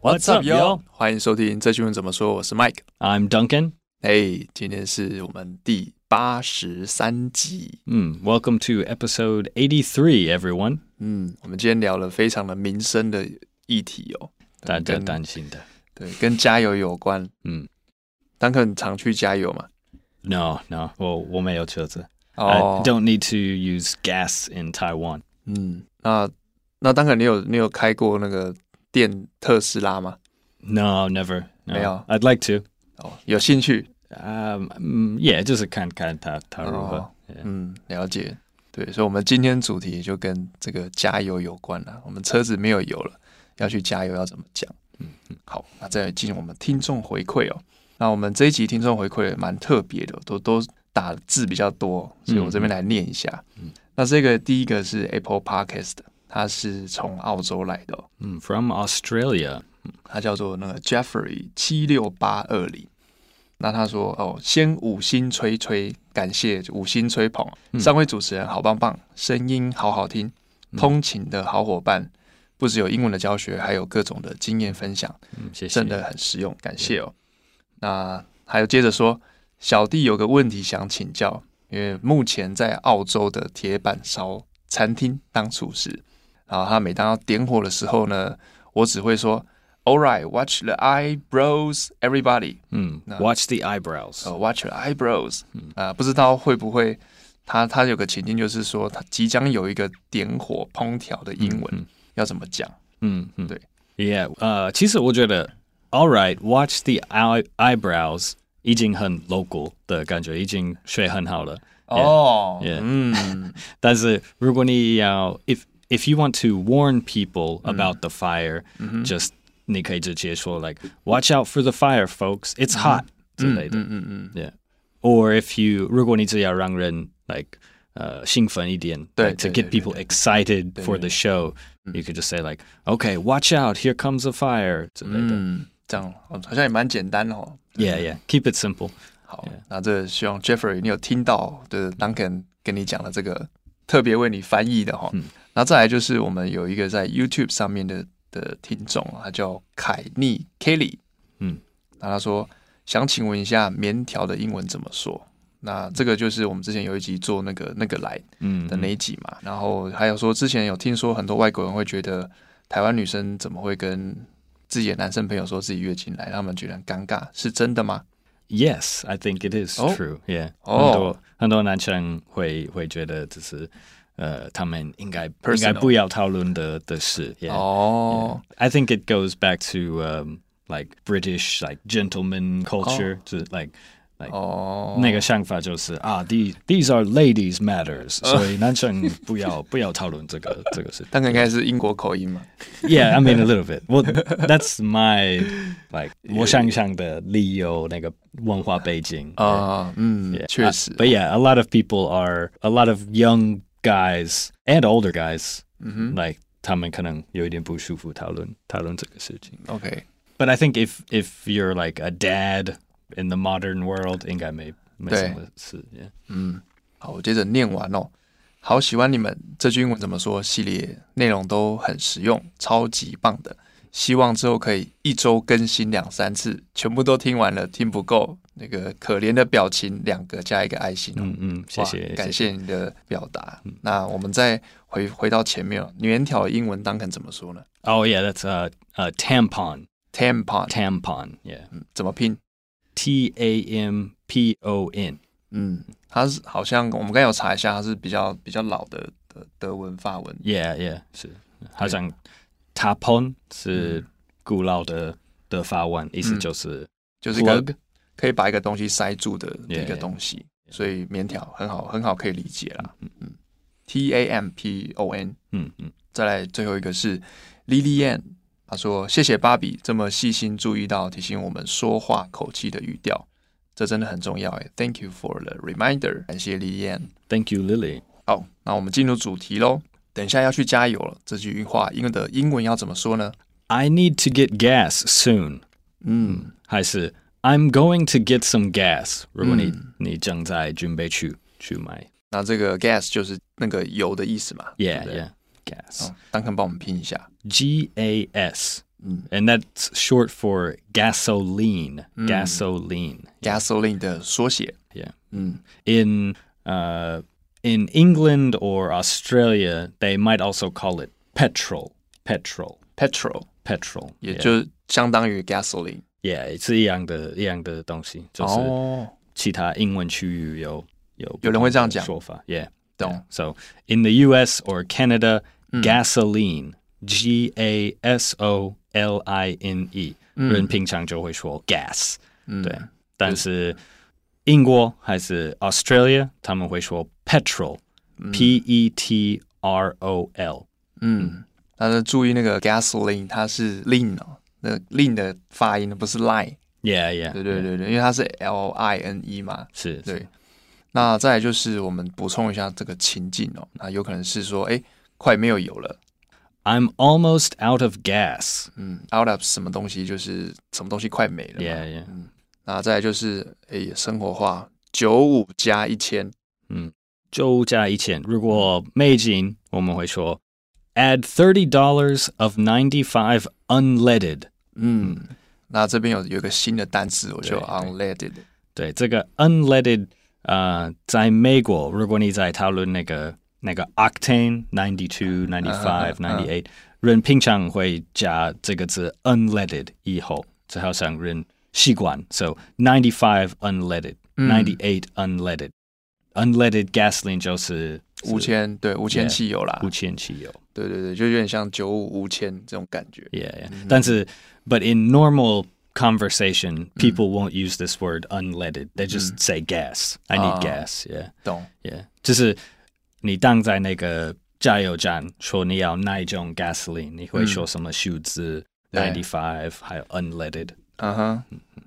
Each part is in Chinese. What's up, yo？ yo？欢迎收听这句文怎么说，我是 Mike。 I'm Duncan. 哎、今天是我们第八十三集。 Mm, welcome to episode 83, everyone. 嗯，我们今天聊了非常的民生的议题哦，跟大家担心的。对，跟加油有关。嗯，丹克，你常去加油嘛？ No, no. 我我没有车子。哦 I，don't need to use gas in Taiwan. 嗯，那那丹克，你有你有开过那个电特斯拉吗？ No, never. No. 没有。 I'd like to. 哦，有兴趣？ Um, mm, yeah, 就是看看它它如何。哦 Yeah. 嗯，了解。对，所以，我们今天主题就跟这个加油有关了。我们车子没有油了，要去加油要怎么讲？嗯，好，那再来进我们听众回馈哦。那我们这一集听众回馈蛮特别的，哦都都打字比较多，哦所以我这边来念一下。嗯，那这个第一个是 Apple Podcast，他是从澳洲来的哦、 Mm, from Australia. 他叫做那个 Jeffrey 七六八二零。那他说哦，先五星吹吹，感谢五星吹捧，三位主持人好棒棒，声音好好听，通勤的好伙伴，不只有英文的教学，还有各种的经验分享，嗯，谢谢。真的很实用，感谢哦。那还有接着说，小弟有个问题想请教，因为目前在澳洲的铁板烧餐厅当厨师，然后他每当要点火的时候呢，我只会说 “All right, watch the eyebrows, everybody, 嗯，那- Hmm, Watch the eyebrows. uh, watch your eyebrows。”啊，嗯不知道会不会他他有个情境，就是说他即将有一个点火烹调的英文，要怎么讲？嗯嗯，对，Yeah，呃，其实我觉得，All right，watch the eye eyebrows 已经很 local 的感觉，已经学很好了。哦 Yeah 嗯，但是如果你要，if uh, if you want to warn people about the fire，just、你可以直接说 like watch out for the fire, folks, it's hot、之类的。嗯嗯嗯，Yeah，or if you 如果你只要让人 like 呃兴奋一点对 like, to 对 get 对对 people excited for the show。You could just say like, "Okay, watch out! Here comes a fire." 之类的。嗯，这样哦好像也蛮简单哦。 Yeah, yeah. Keep it simple. 好，那这希望 Jeffrey 你有听到，就是 Duncan 跟你讲的这个特别为你翻译的嗯哈。那再来就是我们有一个在 YouTube 上面的的听众，他叫凯尼 Kelly，嗯，那他说想请问一下棉条的英文怎么说？那这个就是我们之前有一集做那个那个来嗯的那一集嘛，然后还有说之前有听说很多外国人会觉得台湾女生怎么会跟自己的男生朋友说自己月经来，让他们觉得很尴尬，是真的吗？ Yes, I think it is 哦 true. Yeah. 哦很多很多男生会会觉得只是呃，他们应该 Personal 应该不要讨论的的事。Yeah. 哦 Yeah. I think it goes back to um, like British like gentleman culture. 就 like like 哦，那个想法就是啊，these these are ladies matters，所以男生不要不要讨论这个这个事。但应该是英国口音嘛。 Yeah, I mean a little bit. Well, that's my like 我想象的理由那个文化背景。啊，嗯，确实 Uh,，but yeah, a lot of people are a lot of young guys and older guys like 他们可能有一点不舒服讨论讨论这个事情。 ，OK， But I think if if you're like a dad in the modern world, 应该没没什么事。Yeah. 好，我接着念完哦。好喜欢你们这句英文怎么说系列内容都很实用，超级棒的。希望之后可以一周更新两三次，全部都听完了，听不够那个可怜的表情两个加一个爱心、哦。哇嗯嗯，谢谢，嗯感谢你的表达。那我们再回回到前面哦，棉条的英文当肯怎么说呢 Oh yeah, that's a a tampon ？Tampon，Mm. tampon. Yeah. 嗯怎么拼？ T A M P O N. 嗯，它是好像我们刚才有查一下，它是比较比较老的德德文法文。 Yeah, yeah，是。他讲 tapon 是古老的的法文，意思就是就是一个 Plug 可以把一个东西塞住的一 Yeah, 个 yeah. 东西所以棉条很好，很好可以理解啦。嗯，T A M P O N。嗯嗯再来最后一个是 Lily Ann，她说：“谢谢芭比这么细心注意到提醒我们说话口气的语调，这真的很重要诶。Thank you for the reminder，感谢 Lily Ann。 ，Thank you, Lily。好，那我们进入主题喽。等一下要去加油了，这句话英文的英文要怎么说呢？ I need to get gas soon，嗯，还是 I'm going to get some gas？如果你、你正在准备去去买那这个 gas 就是那个油的意思嘛。 ，Yeah, 对 yeah, gas, 哦，丹肯帮我们拼一下。 G A S，嗯 and that's short for gasoline, gasoline. ，gasoline 的缩写。 Yeah. 嗯 in uh, in England or Australia, they might also call it petrol. Petrol. ，petrol Petrol. 也 yeah. 就相当于 gasoline。 yeah, 是一样的-一样的东西，就是哦，其他英文区域有-有有人会这样讲。说法。Yeah, 懂。 yeah. So in the US or Canada, gasoline, G A S O L I N E，、人平常就会说 gas，、对。但是英国还是 Australia，他们会说 petrol，P E T R O L。嗯，但是注意那个 gasoline，它是 lin 哦，那 lin 的发音不是 line， Yeah, yeah，对对对对，因为它是 l i n e 嘛，是，对。那再来就是我们补充一下这个情境哦，那有可能是说，哎，快没有油了， I'm almost out of gas。嗯，out of 什么东西，就是什么东西快没了嘛。 Yeah, yeah，那再来就是，哎，生活化，九五加一千，周加一千，如果美金，我们会说 add thirty dollars of ninety five unleaded。嗯，那这边有有一个新的单词，我就对 unleaded，对，这个 unleaded 呃，在美国，如果你在讨论那个那个 octane ninety two ninety five ninety eight，人平常会加这个字 unleaded 以后，这好像人习惯。So ninety five unleaded, ninety eight unleaded, unleaded gasoline 就是五千，对，无铅汽油啦，五千汽油。对对对，就有点像九五无铅这种感觉。 Yeah, yeah. 但是- but in normal conversation, people won't use this word unleaded. They just say gas. I need Ah. gas. Yeah, 懂， yeah. 就是你当在那个加油站说你要那一种 gasoline，你会说什么数字 ninety five 还有 unleaded。嗯哼，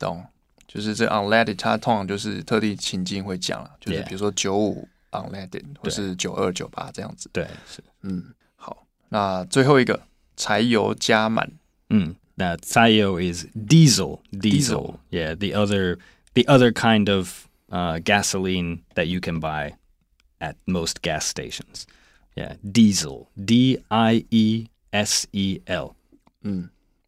懂，就是这 unleaded，它通常就是特定情境会讲了，就是 Yeah 比如说九五 unleaded 或是九二九八这样子。嗯，好，那最后一个柴油加满，对，是。嗯，那 Tayo Mm, is diesel, diesel. Diesel. Yeah, the other the other kind of uh, gasoline that you can buy at most gas stations. Yeah, diesel, D I E S E L.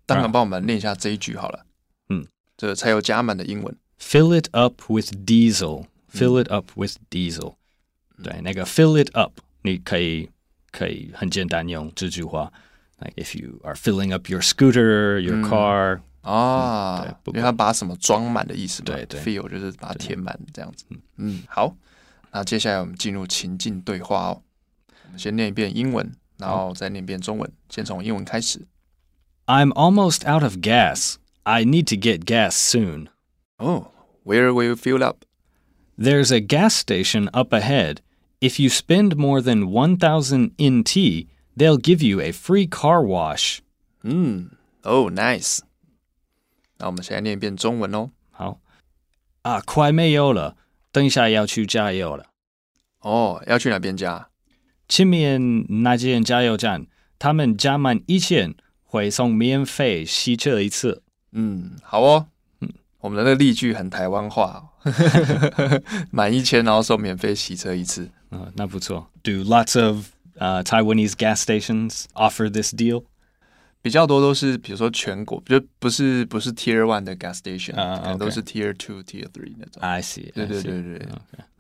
当然帮我们念一下这一句好了。啊嗯，这柴油加满的英文， Fill it up with diesel. Fill it up with diesel. 对，那个 fill it up，你可以可以很简单用这句话。Like if you are filling up your scooter, your car, 啊，嗯对不因为它把什么装满的意思嘛，对对 f i l l 就是把它填满这样子。嗯，好，那接下来我们进入情境对话哦。我们先念一遍英文，然后再念一遍中文，先从英文开始。 I'm almost out of gas. I need to get gas soon. 哦、w h e r e will you fill up？ There's a gas station up ahead. If you spend more than 1,000 NT, they'll give you a free car wash. 嗯，哦、n i c e 那我们现在念一遍中文哦。Ah, 好啊，快没有了，等一下要去加油了。前面那间加油站，他们加油站有哦、要去哪边加？满1000会送免费洗车一次。嗯，好哦。我们的那个例句很台湾话、哦， 满一千然后送免费洗车一次。Ah, 啊，那不错。Do lots of uh, Taiwanese gas stations offer this deal? 比较多都是比如说全国，就不是不是 Tier One 的 gas station，、可能啊 OK 啊都是 Tier Two、Tier Three 那种。 I see. 对 I 对 see. 对对，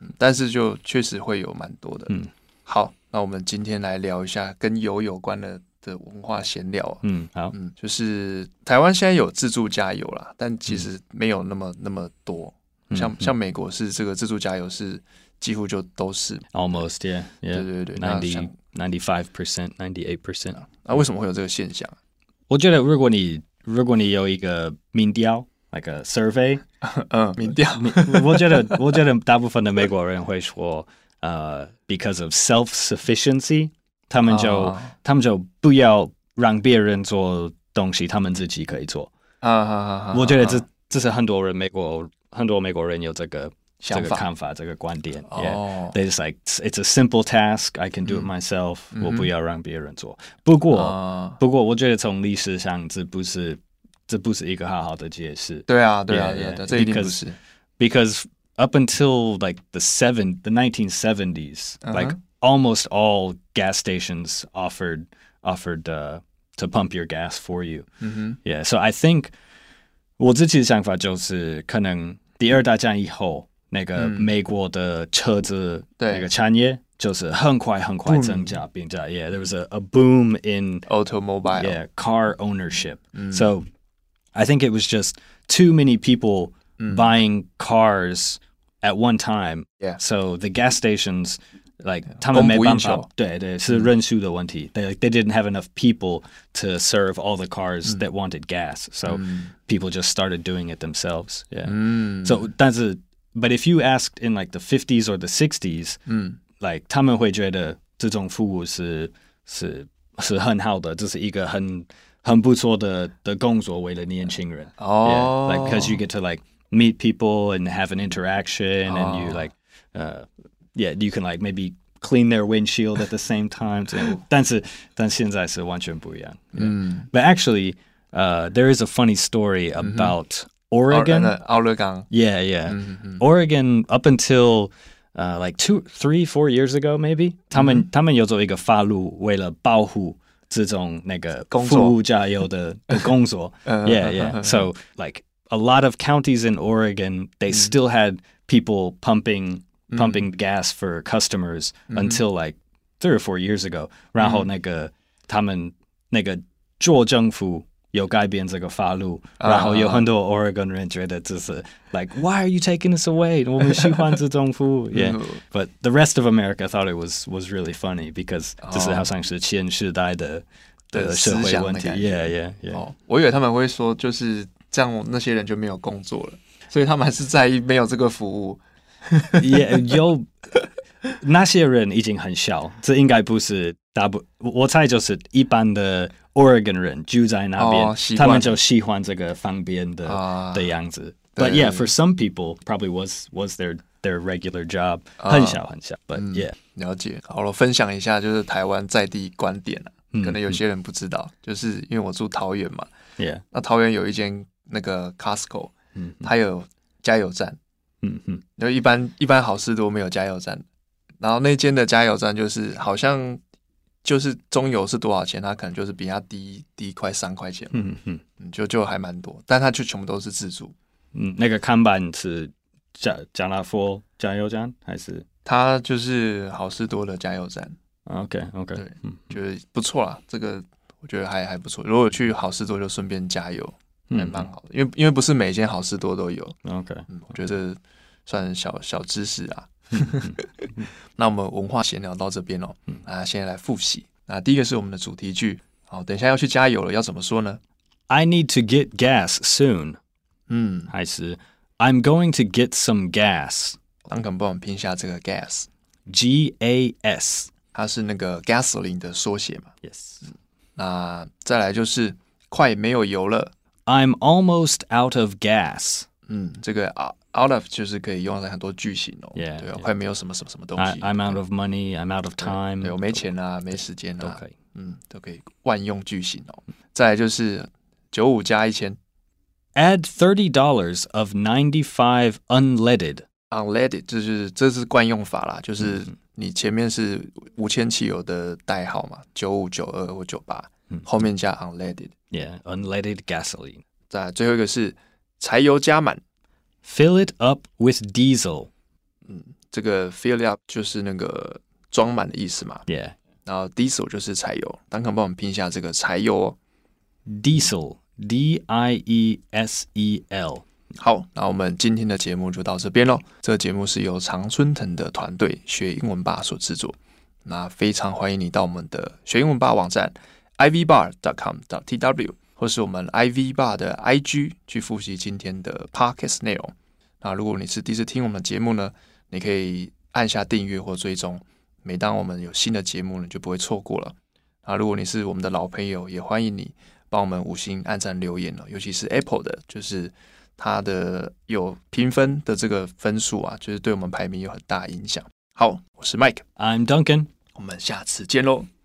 嗯但是就确实会有蛮多的。嗯，好，那我们今天来聊一下跟油有关的的文化闲聊哦。嗯，好。嗯，嗯就是台湾现在有自助加油啦，但其实没有那么那么多。像像美国是这个自助加油是几乎就都是， Almost, yeah, yeah. 对，对，对，那 Ninety, 像- ninety-five percent, ninety-eight percent. 那为什么会有这个现象？啊我觉得如果你如果你有一个民调，like a survey，嗯，民调， 我觉得我觉得大部分的美国人会说，呃、uh,，because uh, of self sufficiency，他们就、oh. 啊他们就不要让别人做东西，他们自己可以做。啊哈哈，我觉得啊这这是很多人美国很多美国人有这个这想个法看法这个观点。Yeah. 哦，嗯 They just like it's a simple task. I can do it myself. 我不要让别人做。不过啊，不过，我觉得从历史上这不是这不是一个好好的解释。对啊，对啊， Yeah, 对啊 yeah, 对啊，这一定不 because- 是 Because up until like the seven the nineteen seventies, like almost all gas stations offered offered uh, to pump your gas for you. Yeah, so I think 我自己的想法就是，可能第二大战以后，那个美国的车子对。那个产业就是很快很快增加并且 Yeah, there was a, a boom in automobile， yeah car ownership. So I think it was just too many people buying cars at one time. Yeah. So the gas stations like 供不应求。他们没办法，对对，是人数的问题。They like, they didn't have enough people to serve all the cars that wanted gas. So people just started doing it themselves. Yeah. So 但是 but if you asked in like the 50s or the 60s, like 他们会觉得这种服务是是是很好的，这是一个很很不错的的工作，为了年轻人。哦 yeah, like because you get to like meet people and have an interaction, and you like, uh, yeah, you can like maybe clean their windshield at the same time. So, 但是但现在是完全不一样。Yeah. But actually, uh, there is a funny story about 哦 Oregon. 那奥勒冈 Yeah, yeah. Mm-hmm. Oregon up until uh, like two, three, four years ago, maybe Mm-hmm. 他们-他们有做一个法律，为了保护这种那个工作。 Uh-huh. 服务加油的-的工作。Yeah, yeah. So like a lot of counties in Oregon, they Mm. still had people pumping pumping gas for customers Mm-hmm. until like three or four years ago. 然后那个他们那个州政府。有改变这个法律，然后有很多 Oregon 人觉得这是 like why are you taking this away? 我们喜欢这种服务。Yeah, but the rest of America thought it was was really funny because 这是好像是前时代的的社会问的思题。想的感觉。 Yeah, yeah, yeah. 哦，我以为他们会说就是这样，那些人就没有工作了，所以他们还是在意没有这个服务。也有那些人已经很小，这应该不是大部，我我猜就是一般的 Oregon 人住在那边，哦习惯他们就喜欢这个方便的、啊的样子。对 But yeah, for some people, probably was was their their regular job，、很小很小。But yeah，、了解，好了，我分享一下就是台湾在地观点啊，嗯可能有些人不知道，就是因为我住桃园嘛， yeah，那桃园有一间那个 Costco，嗯它有加油站，嗯嗯，就一般一般好事多没有加油站，然后那间的加油站就是好像就是中油是多少钱，它可能就是比它低低快三块钱嘛，嗯嗯嗯就就还蛮多，但它就全部都是自助，嗯，那个看板是加加拉佛加油站还是它就是好事多的加油站， ？OK OK，对嗯觉得不错啦，这个我觉得还还不错，如果去好事多就顺便加油。还蛮好的，因为因为不是每一间好事多都有， OK，嗯，我觉得算小小知识啊。那我们文化闲聊到这边哦，那现在来复习。那第一个是我们的主题句，好，等一下要去加油了，要怎么说呢？ I need to get gas soon. 嗯，还是 I'm going to get some gas. 当肯帮我们拼一下这个 gas， G A S. 它是那个 gasoline 的缩写嘛。 Yes. 那再来就是快没有油了， I'm almost out of gas. 嗯，这个 out out of 就是可以用在很多句型哦 Yeah，对 yeah 哦，快没有什么什么什么东 I, 西， I'm out of money. I'm out of 对 time. 对我没钱啊，没时间啊，都可以。嗯，都可以万用句型哦。再来就是九五加一千 Add thirty dollars of ninety-five unleaded. unleaded，这就是这是惯用法啦，嗯就是你前面是无铅汽油的代号嘛，九五、九二或九八，嗯后面加 unleaded。 Yeah, unleaded gasoline. 再来最后一个是柴油加满， Fill it up with diesel. 这个 fill up 就是那个装满的意思嘛， Yeah, 然后 diesel 就是柴油。当肯帮我们拼一下这个柴油哦。 diesel. D I E S E L. 好，那我们今天的节目就到这边喽。这个节目是由常春藤的团队学英文吧所制作。那非常欢迎你到我们的学英文吧网站 ivbar.com.tw 或是我们 ivbar 的 IG 去复习今天的 podcast 内容。那如果你是第一次听我们的节目呢，你可以按下订阅或追踪，每当我们有新的节目，你就不会错过了。啊，如果你是我们的老朋友，也欢迎你帮我们五星按赞留言哦，尤其是 Apple 的，就是它的有评分的这个分数啊，就是对我们排名有很大影响。好，我是 Mike， I'm Duncan. 我们下次见喽，